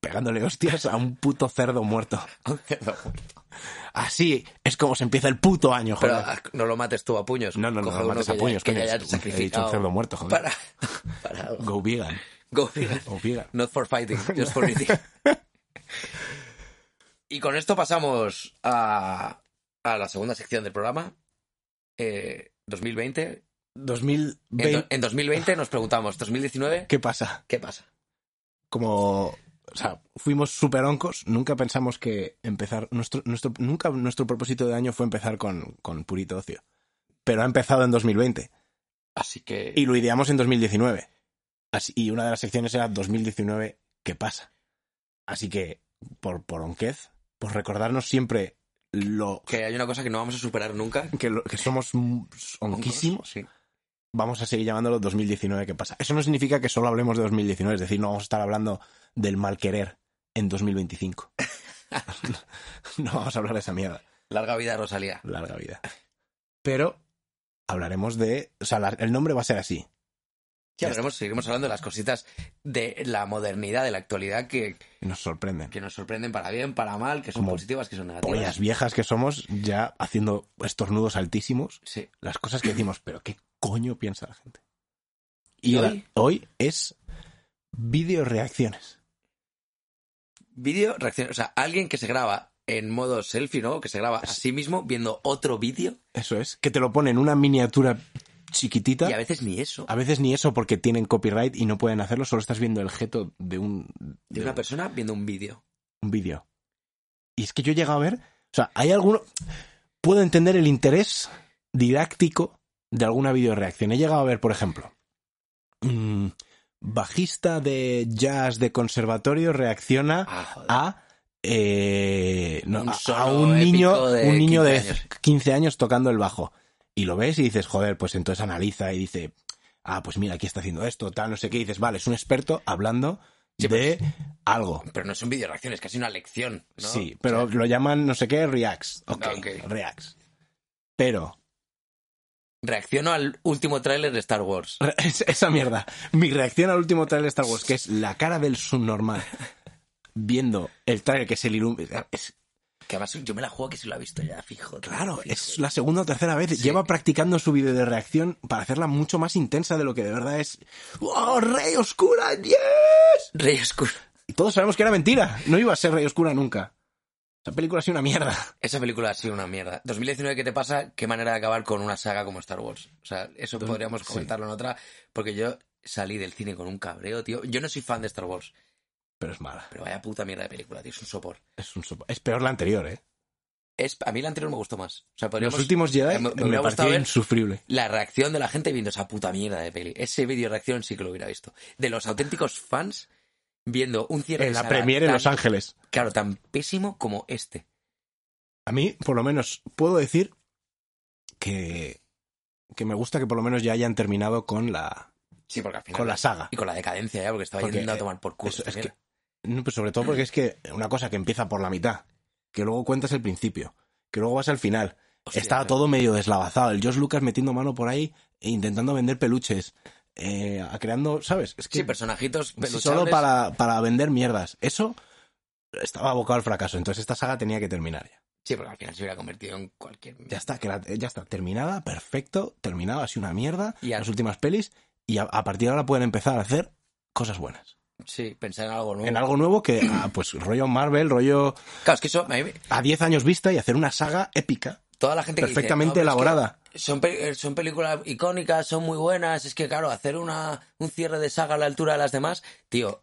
S3: pegándole hostias a un puto cerdo muerto. Así es como se empieza el puto año,
S2: Pero
S3: joder.
S2: ah, no lo mates tú a puños.
S3: No, no, no,
S2: Coge
S3: no lo
S2: uno
S3: mates
S2: que
S3: a
S2: ya-
S3: puños,
S2: que
S3: coño,
S2: ya
S3: es-
S2: hayas
S3: he dicho un
S2: sacrificado
S3: cerdo muerto, joder.
S2: Para, para algo.
S3: Go vegan.
S2: Go vegan.
S3: O vegan.
S2: Not for fighting, just for eating. y con esto pasamos a, a la segunda sección del programa. Eh, 2020. En,
S3: 2020.
S2: do- en 2020 nos preguntamos, 2019,
S3: ¿Qué pasa?
S2: ¿qué pasa?
S3: como o sea, fuimos súper oncos, nunca pensamos que empezar nuestro, nuestro nunca nuestro propósito de año fue empezar con, con Purito Ocio. Pero ha empezado en 2020
S2: Así que...
S3: y lo ideamos en 2019. Así, y una de las secciones era 2019, ¿qué pasa? Así que, por, por onquez, por recordarnos siempre lo
S2: que hay una cosa que no vamos a superar nunca.
S3: que, lo- que somos m- onquísimos,
S2: Sí.
S3: vamos a seguir llamándolo 2019, ¿qué pasa? Eso no significa que solo hablemos de 2019, es decir, no vamos a estar hablando del mal querer en 2025. no vamos a hablar de esa mierda,
S2: Larga vida, Rosalía.
S3: larga vida. Pero hablaremos de, o sea, la- el nombre va a ser así.
S2: Ya
S3: Ya
S2: veremos, seguiremos hablando de las cositas de la modernidad, de la actualidad, que,
S3: Nos sorprenden.
S2: que nos sorprenden para bien, para mal, que son
S3: Como
S2: positivas, que son negativas.
S3: Pollas viejas que somos, ya haciendo estornudos altísimos,
S2: Sí.
S3: las cosas que decimos, pero ¿qué coño piensa la gente?
S2: Y
S3: la-
S2: hoy,
S3: hoy es video reacciones.
S2: vídeo reacción. O sea, alguien que se graba en modo selfie, ¿no? Que se graba a sí mismo viendo otro vídeo
S3: Eso es, que te lo ponen una miniatura chiquitita.
S2: y a veces ni eso.
S3: A veces ni eso porque tienen copyright y no pueden hacerlo, solo estás viendo el objeto de un,
S2: De una persona viendo un vídeo.
S3: un vídeo. Y es que yo he llegado a ver, o sea, hay alguno... Puedo entender el interés didáctico de alguna videoreacción. He llegado a ver, por ejemplo, mm, bajista de jazz de conservatorio reacciona
S2: Ah, joder.
S3: a... eh, no,
S2: Un
S3: a- a,
S2: solo
S3: un niño,
S2: épico de
S3: un
S2: 15
S3: niño de
S2: años.
S3: 15 años tocando el bajo. Y lo ves y dices, joder, pues entonces analiza y dice, ah, pues mira, aquí está haciendo esto, tal, no sé qué. Y dices, vale, es un experto hablando
S2: Sí,
S3: de algo.
S2: Pero no es un vídeo reacción, es casi una lección. ¿no?
S3: Sí, pero lo llaman no sé qué Reacts. Ok,
S2: Ah, ok.
S3: Reacts. Pero,
S2: Reacciono al último tráiler de Star Wars.
S3: re- es- esa mierda. Mi reacción al último trailer de Star Wars, que es la cara del subnormal viendo el trailer que se le ilumina. Es-
S2: Que además yo me la juego que si lo ha visto ya, fijo. tío,
S3: Claro,
S2: fijo.
S3: es la segunda o tercera vez. Lleva practicando su video de reacción para hacerla mucho más intensa de lo que de verdad es. ¡Oh, Rey Oscura! ¡Yes!
S2: Rey Oscuro.
S3: Y todos sabemos que era mentira. No iba a ser Rey Oscura nunca. Esa película ha sido una mierda.
S2: Esa película ha sido una mierda. 2019, ¿qué te pasa? Qué manera de acabar con una saga como Star Wars. O sea, eso
S3: Dos-
S2: podríamos
S3: sí.
S2: comentarlo en otra, porque yo salí del cine con un cabreo, tío. Yo no soy fan de Star Wars,
S3: Pero es mala.
S2: pero vaya puta mierda de película, tío. Es un sopor.
S3: Es, un sopa- es peor la anterior, ¿eh?
S2: Es, a mí la anterior me gustó más. O sea, podríamos...
S3: Los últimos Jedi
S2: eh, me-
S3: me,
S2: me hubiera gustado
S3: parecía
S2: ver-
S3: insufrible.
S2: La reacción de la gente viendo esa puta mierda de peli. Ese vídeo reacción sí que lo hubiera visto. De los auténticos fans viendo un cierre
S3: En
S2: de
S3: la
S2: saga
S3: premiere en
S2: tan-
S3: Los Ángeles.
S2: Claro, tan pésimo como este.
S3: A mí, por lo menos, puedo decir que, que me gusta que por lo menos ya hayan terminado con la,
S2: Sí, porque al final...
S3: con la saga.
S2: Y con la decadencia ya, porque estaba
S3: Porque,
S2: yendo a
S3: eh,
S2: tomar por culo.
S3: eso
S2: esta
S3: es que-
S2: mierda.
S3: No, pues sobre todo porque es que una cosa que empieza por la mitad, que luego cuentas el principio, que luego vas al final.
S2: Hostia,
S3: Estaba
S2: tío.
S3: todo medio deslavazado. El George Lucas metiendo mano por ahí e intentando vender peluches. Eh, creando, ¿sabes? Es que
S2: Sí, personajitos
S3: sí,
S2: peluchables.
S3: solo para, para vender mierdas. Eso estaba abocado al fracaso. Entonces esta saga tenía que terminar ya.
S2: Sí, porque al final se hubiera convertido en cualquier...
S3: Ya está, que la- eh, ya está. Terminada, perfecto. Terminada, así una mierda.
S2: Y a-
S3: Las últimas pelis. Y a, a partir de ahora pueden empezar a hacer cosas buenas.
S2: Sí, pensar en algo nuevo.
S3: En algo nuevo que, ah, pues, rollo Marvel, rollo...
S2: Claro, es que eso... a mí me-
S3: a 10 años vista y hacer una saga épica
S2: toda la gente que dice,
S3: perfectamente
S2: "No, pero es que
S3: elaborada.
S2: son, pe- eh, son películas icónicas, son muy buenas. Es que, claro, hacer una, un cierre de saga a la altura de las demás, tío.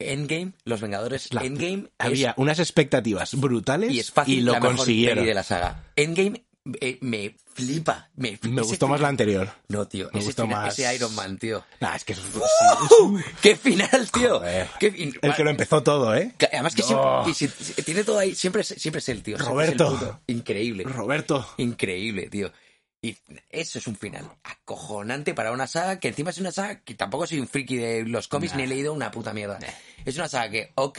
S2: Endgame, Los Vengadores,
S3: La-
S2: Endgame es-
S3: Había unas expectativas brutales
S2: y es fácil
S3: lo
S2: la mejor
S3: consiguieron.
S2: peli de la saga. Endgame eh, me flipa, me,
S3: Me
S2: ese
S3: gustó más la anterior.
S2: No, tío,
S3: Me
S2: ese,
S3: gustó
S2: final-
S3: más-
S2: ese Iron Man, tío.
S3: Ah, es que es
S2: ¡Oh! ¡Qué final, tío!
S3: Joder.
S2: Qué fin-
S3: el que lo empezó todo, ¿eh?
S2: Además que
S3: No.
S2: siempre, y si- si- tiene todo ahí, siempre, es- siempre es el tío. siempre es el
S3: Roberto.
S2: puto. Increíble.
S3: Roberto.
S2: Increíble, tío. Y eso es un final acojonante para una saga que encima es una saga que tampoco soy un friki de los cómics ni he leído una puta mierda. Es una saga que, ok,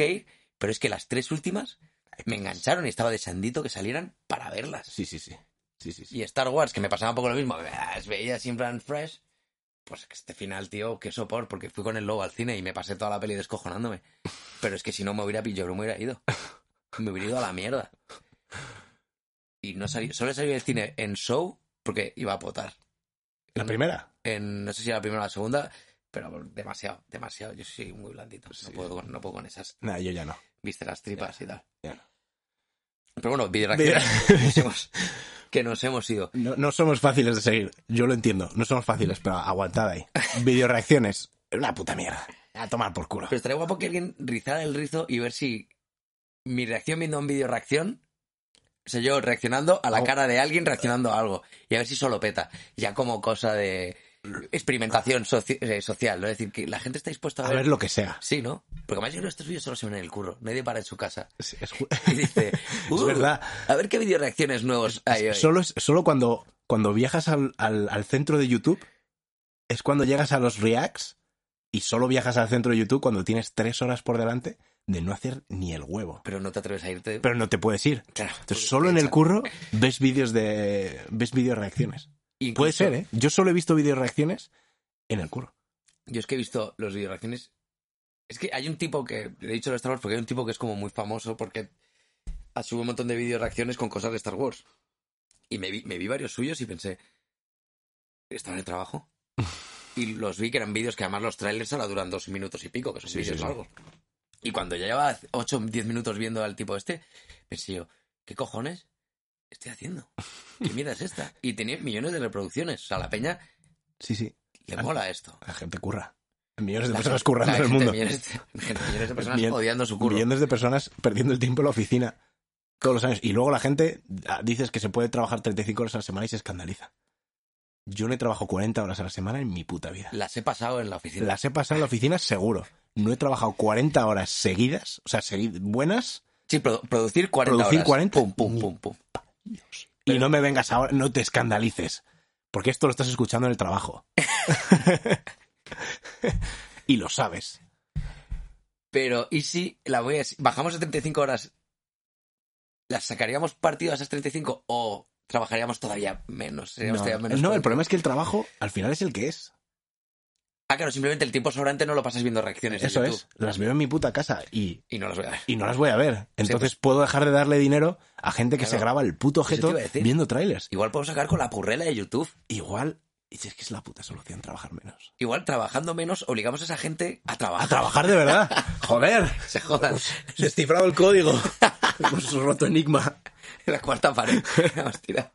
S2: pero es que las tres últimas me engancharon y estaba deseandito que salieran para verlas.
S3: Sí, sí, sí. Sí, sí, sí.
S2: Y Star Wars, que me pasaba un poco lo mismo, las veía sin plan fresh. Pues que este final, tío, qué sopor, porque fui con el lobo al cine y me pasé toda la peli descojonándome. Pero es que si no me hubiera pillado, me hubiera ido. Me hubiera ido a la mierda. Y no salí, solo salí del cine en show porque iba a potar.
S3: La primera.
S2: En, no sé si era la primera o la segunda, pero demasiado, demasiado. Yo soy muy blandito.
S3: Sí.
S2: No, puedo, con- no puedo con esas
S3: Nah, yo ya no.
S2: vísceras tripas y tal.
S3: Ya no.
S2: Pero bueno, videoreacciones que, hemos- que nos hemos ido.
S3: No, no somos fáciles de seguir. Yo lo entiendo. No somos fáciles, pero aguantad ahí. Videoreacciones. Una puta mierda. A tomar por culo.
S2: Pero estaría guapo que alguien rizara el rizo y ver si mi reacción viendo un vídeo reacción, o sea, yo reaccionando a la
S3: Oh.
S2: cara de alguien reaccionando a algo, y a ver si solo peta. Ya como cosa de experimentación soci- eh, social, ¿no? Es decir, que la gente está dispuesta a
S3: A
S2: ver.
S3: ver lo que sea.
S2: Sí, ¿no? Porque más yo creo que estos vídeos solo se ven en el curro, nadie para en su casa.
S3: Es, es ju-
S2: Y dice, "Uh,
S3: verdad.
S2: A ver qué vídeo reacciones nuevos hay hoy".
S3: solo, es- solo cuando, cuando viajas al, al- al centro de YouTube es cuando llegas a los reacts y solo viajas al centro de YouTube cuando tienes tres horas por delante de no hacer ni el huevo.
S2: Pero no te atreves a irte.
S3: Pero no te puedes ir.
S2: Claro,
S3: Entonces, solo en el
S2: piensa.
S3: curro ves vídeos de. ves video reacciones.
S2: Incluso-
S3: Puede ser, ¿eh? Yo solo he visto video reacciones en el curro.
S2: Yo es que he visto los videoreacciones. Es que hay un tipo que. Le he dicho lo de Star Wars porque hay un tipo que es como muy famoso porque sube un montón de videoreacciones con cosas de Star Wars. Y me vi, me vi varios suyos y pensé. ¿Estaba en el trabajo? Y los vi que eran vídeos que además los trailers ahora duran dos minutos y pico, que son
S3: Sí,
S2: vídeos
S3: sí, sí.
S2: largos. Y cuando ya llevaba 8 o 10 minutos viendo al tipo este, pensé yo, ¿qué cojones estoy haciendo? ¿Qué mierda es esta? Y tenía millones de reproducciones. O sea, a la peña
S3: Sí, sí.
S2: le
S3: Ah,
S2: mola esto.
S3: La gente curra. Millones de
S2: La
S3: personas
S2: gente-
S3: currando
S2: la
S3: en el
S2: gente,
S3: mundo. Pues
S2: Millones de, gente- millones de personas
S3: Millones-
S2: odiando su curro.
S3: Millones de personas perdiendo el tiempo en la oficina todos los años. Y luego la gente ah, dices que se puede trabajar 35 horas a la semana y se escandaliza. Yo no he trabajado 40 horas a la semana en mi puta vida.
S2: Las he pasado en la oficina.
S3: Las he pasado en la oficina seguro. No he trabajado 40 horas seguidas, o sea, segui- buenas,
S2: Sí, produ- producir 40
S3: Producir
S2: horas.
S3: 40.
S2: Pum, pum, pum, pum.
S3: y no me vengas ahora, no te escandalices, porque esto lo estás escuchando en el trabajo. y lo sabes.
S2: Pero, ¿y si la voy a... si bajamos a 35 horas? ¿Las sacaríamos partido a esas 35 o trabajaríamos todavía menos? Seríamos
S3: No,
S2: todavía
S3: no,
S2: menos
S3: no, el
S2: productivos?
S3: problema es que el trabajo al final es el que es.
S2: Ah, claro, simplemente el tiempo sobrante no lo pasas viendo reacciones de
S3: Eso
S2: YouTube.
S3: es. Las veo en mi puta casa y
S2: Y no las voy a ver.
S3: y no las voy a ver. Entonces puedo dejar de darle dinero a gente que
S2: pues. Claro.
S3: se graba el puto
S2: Eso te
S3: objeto
S2: iba a decir.
S3: viendo trailers.
S2: Igual puedo sacar con la purrela de YouTube.
S3: Igual, y si es que es la puta solución trabajar menos.
S2: Igual trabajando menos obligamos a esa gente a
S3: A
S2: trabajar.
S3: trabajar de verdad. Joder.
S2: Se jodan.
S3: Descifrado el código. Hemos roto enigma.
S2: La cuarta pared. Vamos, tira.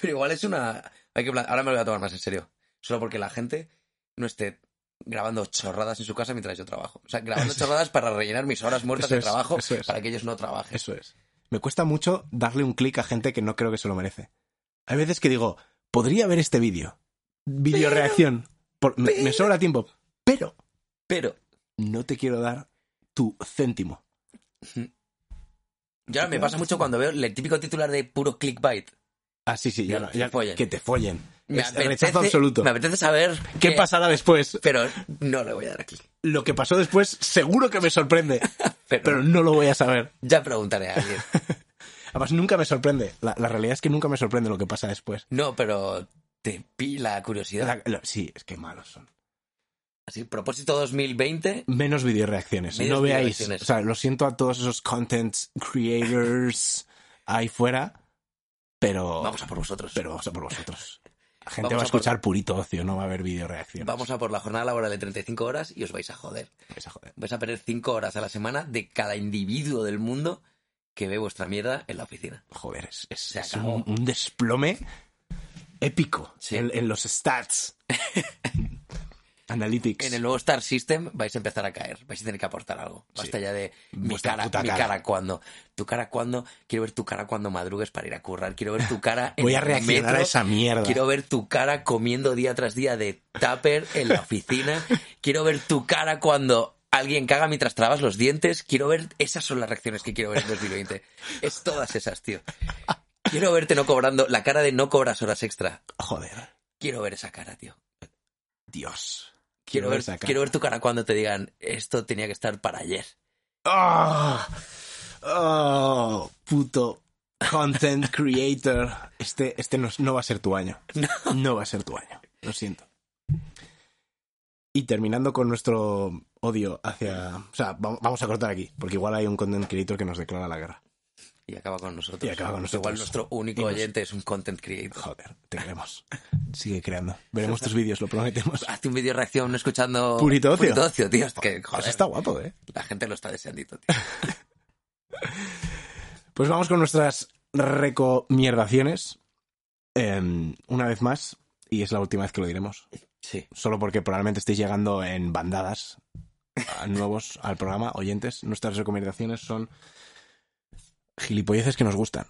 S2: Pero igual es una. Hay que plan- Ahora me lo voy a tomar más en serio. Solo porque la gente no esté grabando chorradas en su casa mientras yo trabajo. O sea, grabando chorradas para rellenar mis horas muertas
S3: Eso
S2: de
S3: es,
S2: trabajo
S3: eso es.
S2: para que ellos no trabajen.
S3: Eso es. Me cuesta mucho darle un clic a gente que no creo que se lo merece. Hay veces que digo, podría ver este vídeo. Video reacción. Por- me, me sobra tiempo. Pero
S2: Pero
S3: no te quiero dar tu céntimo.
S2: yo ahora me pasa mucho cuando veo el típico titular de puro clickbait.
S3: Ah, sí, sí, ya,
S2: Que
S3: no, ya-
S2: te follen.
S3: que te follen.
S2: Me
S3: Es rechazo absoluto.
S2: Me apetece saber
S3: ¿Qué pasará después?
S2: Pero no le voy a dar aquí.
S3: Lo que pasó después seguro que me sorprende,
S2: Pero,
S3: pero no lo voy a saber.
S2: ya preguntaré a alguien.
S3: Además, nunca me sorprende. La, la realidad es que nunca me sorprende lo que pasa después.
S2: No, pero te pila la curiosidad.
S3: La- la- sí, es que malos son.
S2: Así, propósito 2020,
S3: Menos videoreacciones.
S2: Menos
S3: no veáis.
S2: videoreacciones.
S3: O sea, lo siento a todos esos content creators ahí fuera, pero
S2: vamos a por vosotros.
S3: pero vamos a por vosotros. La gente
S2: Vamos
S3: va a
S2: a por-
S3: escuchar purito ocio, no va a haber videoreacciones.
S2: Vamos a por la jornada laboral de 35 horas y os vais a joder.
S3: Vais a joder.
S2: Vais a perder 5 horas a la semana de cada individuo del mundo que ve vuestra mierda en la oficina.
S3: Joder, es, es-
S2: Se
S3: es
S2: acabó.
S3: un, un desplome épico
S2: Sí.
S3: en, en los stats. Analytics.
S2: En el nuevo Star System vais a empezar a caer, vais a tener que aportar algo. Basta ya de mi
S3: Vuestra
S2: cara,
S3: puta
S2: mi
S3: cara.
S2: cara cuando, tu cara cuando, quiero ver tu cara cuando madrugues para ir a currar, quiero ver tu cara en
S3: Voy a
S2: el
S3: reaccionar
S2: metro.
S3: a esa mierda.
S2: Quiero ver tu cara comiendo día tras día de tupper en la oficina. Quiero ver tu cara cuando alguien caga mientras trabas los dientes. Quiero ver... Esas son las reacciones que quiero ver en 2020. Es todas esas, tío. Quiero verte no cobrando... La cara de no cobras horas extra.
S3: Joder,
S2: Quiero ver esa cara, tío.
S3: Dios.
S2: Quiero, ver,
S3: esa cara.
S2: quiero ver tu cara cuando te digan esto tenía que estar para ayer.
S3: ¡Oh! ¡Oh! Puto content creator. Este, este no, no va a ser tu año. No. va a ser tu año. Lo siento. Y terminando con nuestro odio hacia... O sea, vam- vamos a cortar aquí, porque igual hay un content creator que nos declara la guerra.
S2: Y acaba con nosotros.
S3: Y acaba con nosotros.
S2: Igual nuestro único
S3: Y nos-
S2: oyente es un content creator.
S3: Joder, te queremos. Sigue creando. Veremos tus vídeos, lo prometemos.
S2: Hazte un vídeo reacción escuchando...
S3: Purito ocio.
S2: Purito ocio, tío. Es que,
S3: Pues
S2: joder,
S3: está guapo, ¿eh?
S2: la gente lo está deseandito, tío.
S3: Pues vamos con nuestras recomierdaciones. Em, una vez más, y es la última vez que lo diremos.
S2: Sí.
S3: solo porque probablemente estéis llegando en bandadas a nuevos al programa, oyentes. Nuestras recomendaciones son gilipolleces que nos gustan.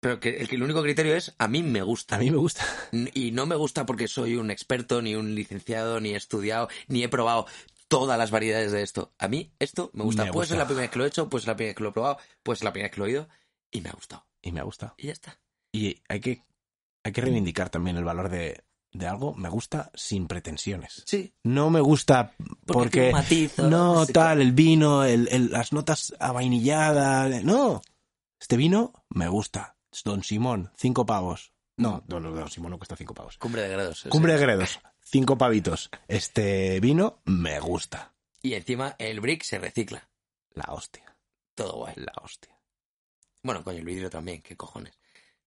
S2: Pero que el, que el único criterio es a mí me gusta.
S3: A mí me gusta.
S2: N- Y no me gusta porque soy un experto, ni un licenciado, ni he estudiado, ni he probado todas las variedades de esto. A mí esto me gusta.
S3: Me
S2: Puede ser
S3: gusta.
S2: la primera vez que lo he hecho, puede ser la primera vez que lo he probado, puede ser la primera vez que lo he oído y me ha gustado.
S3: Y me ha gustado.
S2: Y ya está.
S3: Y hay que, hay que reivindicar también el valor de, de algo. Me gusta sin pretensiones.
S2: Sí.
S3: No me gusta
S2: tiene
S3: porque...
S2: un matiz, o
S3: No,
S2: sé
S3: tal, el vino, el- el- las notas avainilladas. No. Este vino me gusta. Don Simón, cinco pavos. No, don, don Simón no cuesta cinco pavos.
S2: qué. Cumbre de grados. o
S3: Cumbre
S2: sea.
S3: de Gredos, cinco pavitos. Este vino me gusta.
S2: Y encima el brick se recicla.
S3: La hostia,
S2: Todo guay.
S3: la hostia.
S2: Bueno, coño, el vidrio también, qué cojones.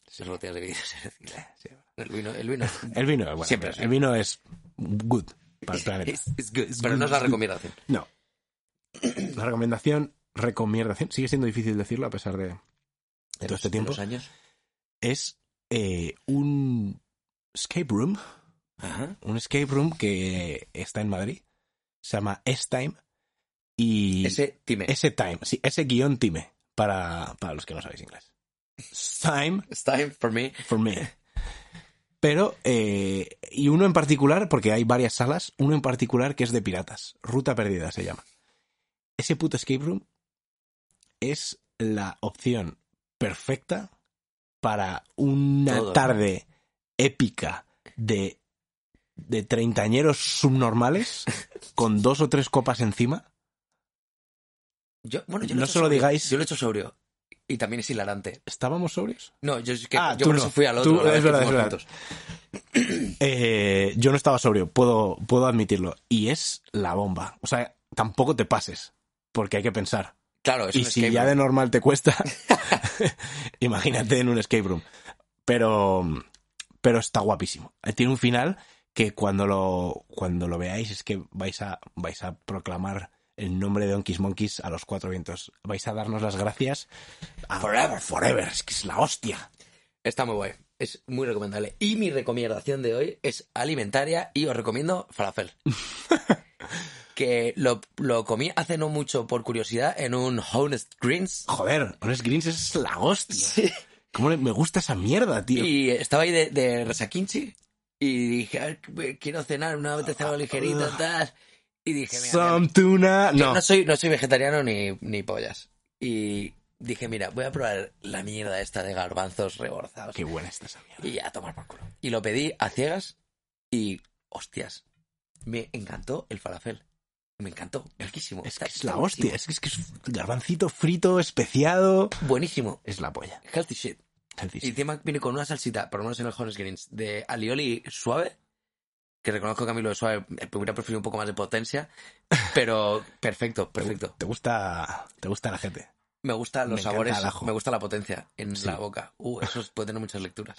S2: Esas botellas de vidrio se reciclan.
S3: Sí.
S2: El vino, el vino.
S3: El vino, bueno,
S2: Siempre
S3: el vino es good para el planeta.
S2: It's- it's good, pero no es la recomendación.
S3: No. La recomendación, recomendación, sigue siendo difícil decirlo a pesar de
S2: De
S3: todo
S2: los-
S3: este
S2: de
S3: tiempo.
S2: los años.
S3: Es eh, un escape room,
S2: Ajá.
S3: un escape room que está en Madrid. Se llama S-Time y...
S2: Ese time.
S3: Ese time, sí, ese guión time, para, para los que no sabéis inglés. Time
S2: It's time for me.
S3: for me. Pero, eh, y uno en particular, porque hay varias salas, uno en particular que es de piratas. Ruta perdida se llama. Ese puto escape room es la opción perfecta para una
S2: Todo.
S3: tarde épica de, de treintañeros subnormales con dos o tres copas encima.
S2: Yo, bueno, yo
S3: No
S2: lo he hecho
S3: se lo
S2: sobrio.
S3: digáis.
S2: Yo lo he hecho sobrio. Y también es hilarante.
S3: ¿Estábamos sobrios?
S2: No, yo es que
S3: Ah,
S2: yo
S3: tú
S2: por eso
S3: no.
S2: fui al otro.
S3: Tú-
S2: la vez
S3: es
S2: que
S3: verdad, es
S2: fuimos
S3: verdad.
S2: juntos.
S3: Eh, yo no estaba sobrio, puedo, puedo admitirlo. Y es la bomba. O sea, tampoco te pases, porque hay que pensar.
S2: Claro, es
S3: y
S2: un
S3: si
S2: escape
S3: ya
S2: room.
S3: de normal te cuesta, imagínate en un escape room. Pero, pero está guapísimo. Eh, Tiene un final que cuando lo, cuando lo veáis es que vais a, vais a proclamar el nombre de Onkis Monkeys a los cuatro vientos. Vais a darnos las gracias. a- forever, forever. Es que es la hostia.
S2: Está muy guay. Es muy recomendable. Y mi recomendación de hoy es alimentaria y os recomiendo falafel. que lo, lo comí hace no mucho por curiosidad en un Honest Greens.
S3: Joder, Honest Greens es la hostia. ¿Cómo le- me gusta esa mierda, tío?
S2: Y estaba ahí de, de resaquinchi y dije, "Ah, quiero cenar, una vez algo ligerito, tal. Y dije, mira, mira,
S3: Some tuna.
S2: Yo
S3: No.
S2: no soy, no soy vegetariano ni, ni pollas. Y dije, mira, voy a probar la mierda esta de garbanzos reborzados.
S3: Qué buena está esa mierda.
S2: Y a tomar por culo. Y lo pedí a ciegas y, hostias, me encantó el falafel. Me encantó, riquísimo.
S3: Es
S2: Está-
S3: que es
S2: está
S3: la
S2: buenísimo.
S3: hostia. Es que es, que es garbancito frito, especiado.
S2: Buenísimo.
S3: Es la polla.
S2: Healthy shit. Y encima viene con una salsita, por lo menos en el Honest Greens, de alioli suave. Que reconozco que a mí lo de suave eh, hubiera preferido un poco más de potencia. Pero
S3: Uh,
S2: perfecto, perfecto.
S3: ¿Te gusta, te gusta la gente?
S2: Me gustan los
S3: Me encanta
S2: sabores,
S3: el ajo.
S2: me gusta la potencia en
S3: Sí.
S2: la boca. Uh, eso es- puede tener muchas lecturas.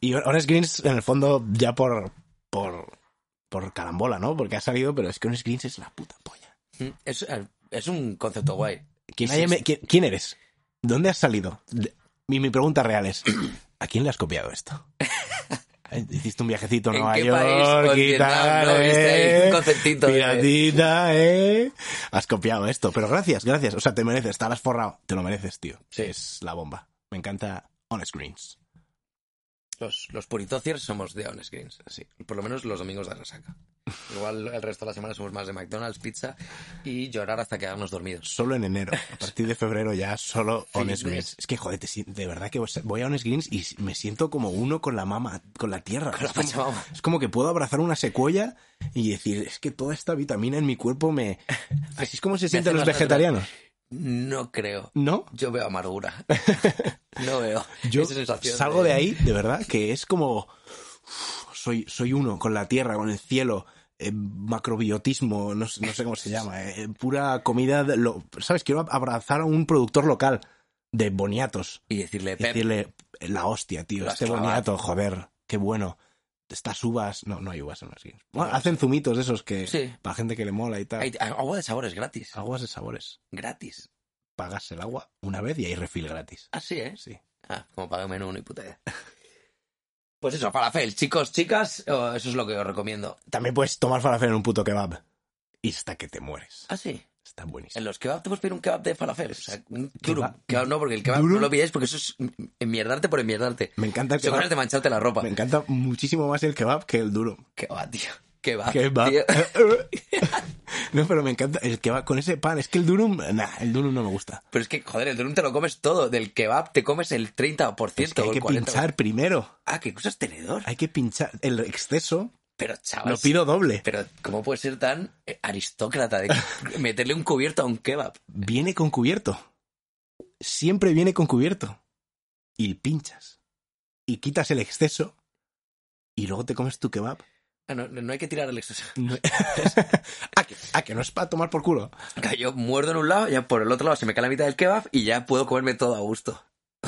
S3: Y Honest Greens, en el fondo, ya por, por, por carambola, ¿no? Porque ha salido, pero es que Honest Greens es la puta polla.
S2: Mm, Es, es un concepto guay.
S3: ¿Quién,
S2: Sí,
S3: haya-
S2: sí.
S3: ¿quién, quién eres? ¿Dónde has salido? De- Mi, mi pregunta real es, ¿a quién le has copiado esto? Eh, Hiciste un viajecito a
S2: ¿En
S3: Nueva
S2: qué
S3: York,
S2: país? Con
S3: y
S2: Vietnam,
S3: tal,
S2: ¿no? Viste ahí
S3: ¿eh?
S2: un conceptito de-
S3: Piratita, ¿eh? Has copiado esto, pero gracias, gracias. O sea, te mereces, te lo has forrado. Te lo mereces, tío.
S2: Sí.
S3: Es la bomba. Me encanta On Screens.
S2: Los, los puritociers somos de On Screens, sí. Por lo menos los domingos de resaca. Igual el resto de la semana somos más de McDonald's, pizza y llorar hasta quedarnos dormidos.
S3: Solo en enero. A partir de febrero ya solo On
S2: Fitness.
S3: Screens. Es que, joder, te si- de verdad que voy a On Screens y me siento como uno con la mama, con la tierra.
S2: Con la
S3: Es como-
S2: Pachamama.
S3: Es como que puedo abrazar una secuoya y decir, es que toda esta vitamina en mi cuerpo me... Así es como se sienten
S2: hace
S3: los
S2: más
S3: vegetarianos.
S2: No creo.
S3: ¿No?
S2: Yo veo amargura. No veo.
S3: Yo
S2: esa sensación
S3: salgo de ahí, de verdad, que es como... uf, Soy, soy uno con la tierra, con el cielo, eh, macrobiotismo, no, sé- no sé cómo se llama, eh, pura comida... de lo- ¿Sabes? Quiero abrazar a un productor local de boniatos.
S2: Y decirle,
S3: y
S2: Pep,
S3: decirle, "Eh, la hostia, tío,
S2: Lo has
S3: este
S2: clavado.
S3: boniato, joder, qué bueno. Estas uvas... No, no hay uvas en las guías. Bueno, hacen zumitos de esos que...
S2: Sí.
S3: Para gente que le mola y tal.
S2: hay- agua de sabores gratis.
S3: Aguas de sabores.
S2: Gratis.
S3: Pagas el agua una vez y hay refil gratis.
S2: Así es.
S3: Sí.
S2: Ah, como pagué menú, ni puta idea. Pues eso, falafel, chicos, chicas, oh, eso es lo que os recomiendo.
S3: También puedes tomar falafel en un puto kebab. Y está que te mueres.
S2: Ah, sí.
S3: Está
S2: En
S3: buenísimo.
S2: los kebab te puedes pedir un kebab de falafel. O sea, un durum.
S3: Kebab.
S2: Kebab no, porque el kebab
S3: Durum.
S2: no lo pilláis porque eso es mm, enmierdarte por enmierdarte.
S3: Me encanta el
S2: Se ganas
S3: kebab.
S2: de mancharte la ropa.
S3: Me encanta muchísimo más el kebab que el duro.
S2: Kebab, tío. Kebab.
S3: Kebab.
S2: Ah, tío.
S3: no, pero me encanta el kebab con ese pan. Es que el durum, nah, el durum no me gusta.
S2: Pero es que, joder, el durum te lo comes todo. Del kebab te comes el 30%
S3: Es que
S2: o
S3: hay
S2: el
S3: que
S2: 40%.
S3: pinchar primero.
S2: Ah, que usas tenedor.
S3: Hay que pinchar. El exceso
S2: Pero,
S3: lo
S2: chaval.
S3: pido doble.
S2: Pero, ¿cómo puedes ser tan eh, aristócrata de meterle un cubierto a un kebab?
S3: Viene con cubierto. Siempre viene con cubierto. Y pinchas. Y quitas el exceso. Y luego te comes tu kebab.
S2: Ah, no, no hay que tirar el exceso.
S3: No- ah, que, ah, que no es para tomar por culo.
S2: Claro, Yo muerdo en un lado, ya por el otro lado se me cae la mitad del kebab y ya puedo comerme todo a gusto.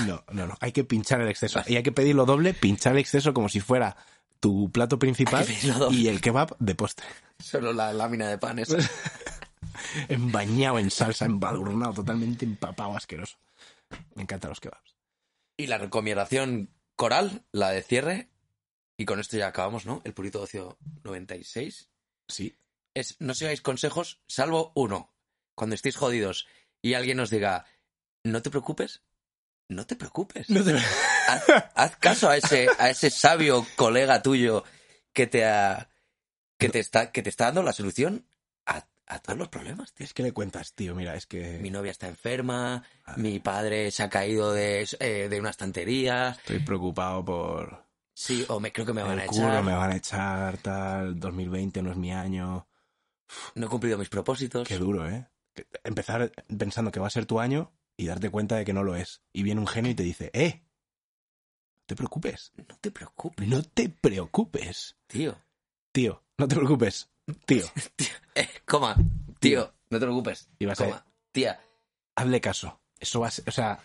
S3: No, no, no. Hay que pinchar el exceso. Y hay que pedirlo doble, pinchar el exceso como si fuera tu plato principal
S2: Hay que pedirlo doble.
S3: y el kebab de postre.
S2: Solo la lámina de pan esa.
S3: Embañado en salsa, embadurnado, totalmente empapado, asqueroso. Me encantan los kebabs.
S2: Y la recomendación coral, la de cierre, y con esto ya acabamos, ¿no? El Purito Ocio 96.
S3: Sí.
S2: Es no sigáis consejos, salvo uno. Cuando estéis jodidos y alguien os diga, no te preocupes, no te preocupes.
S3: No te-
S2: Haz, haz caso a ese, a ese sabio colega tuyo que te, ha- que te, está, que te está dando la solución a, a todos los problemas, tío.
S3: Es que le cuentas, tío, mira, es que...
S2: mi novia está enferma,
S3: Ah.
S2: mi padre se ha caído de, eh, de una estantería,
S3: Estoy preocupado por...
S2: sí, o me creo que me van a
S3: el curro,
S2: echar,
S3: me van a echar, tal, 2020 no es mi año.
S2: no he cumplido mis propósitos.
S3: Qué duro, ¿eh? Empezar pensando que va a ser tu año y darte cuenta de que no lo es. Y viene un genio y te dice, eh, no te preocupes,
S2: No te preocupes,
S3: no te preocupes.
S2: tío.
S3: Tío, no te preocupes, tío.
S2: Eh, coma, tío, no te preocupes.
S3: Y vas a-
S2: coma, tía,
S3: Hazle caso. Eso va a ser, o sea,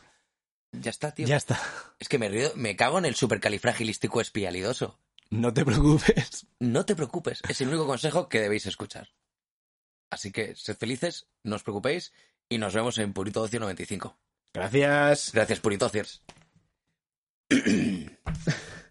S2: ya está, tío.
S3: ya está.
S2: Es que me río, me cago en el supercalifragilístico espialidoso.
S3: No te preocupes.
S2: No te preocupes, es el único consejo que debéis escuchar. Así que sed felices, no os preocupéis y nos vemos en Purito Ocio 95.
S3: Gracias.
S2: Gracias, Puritociers.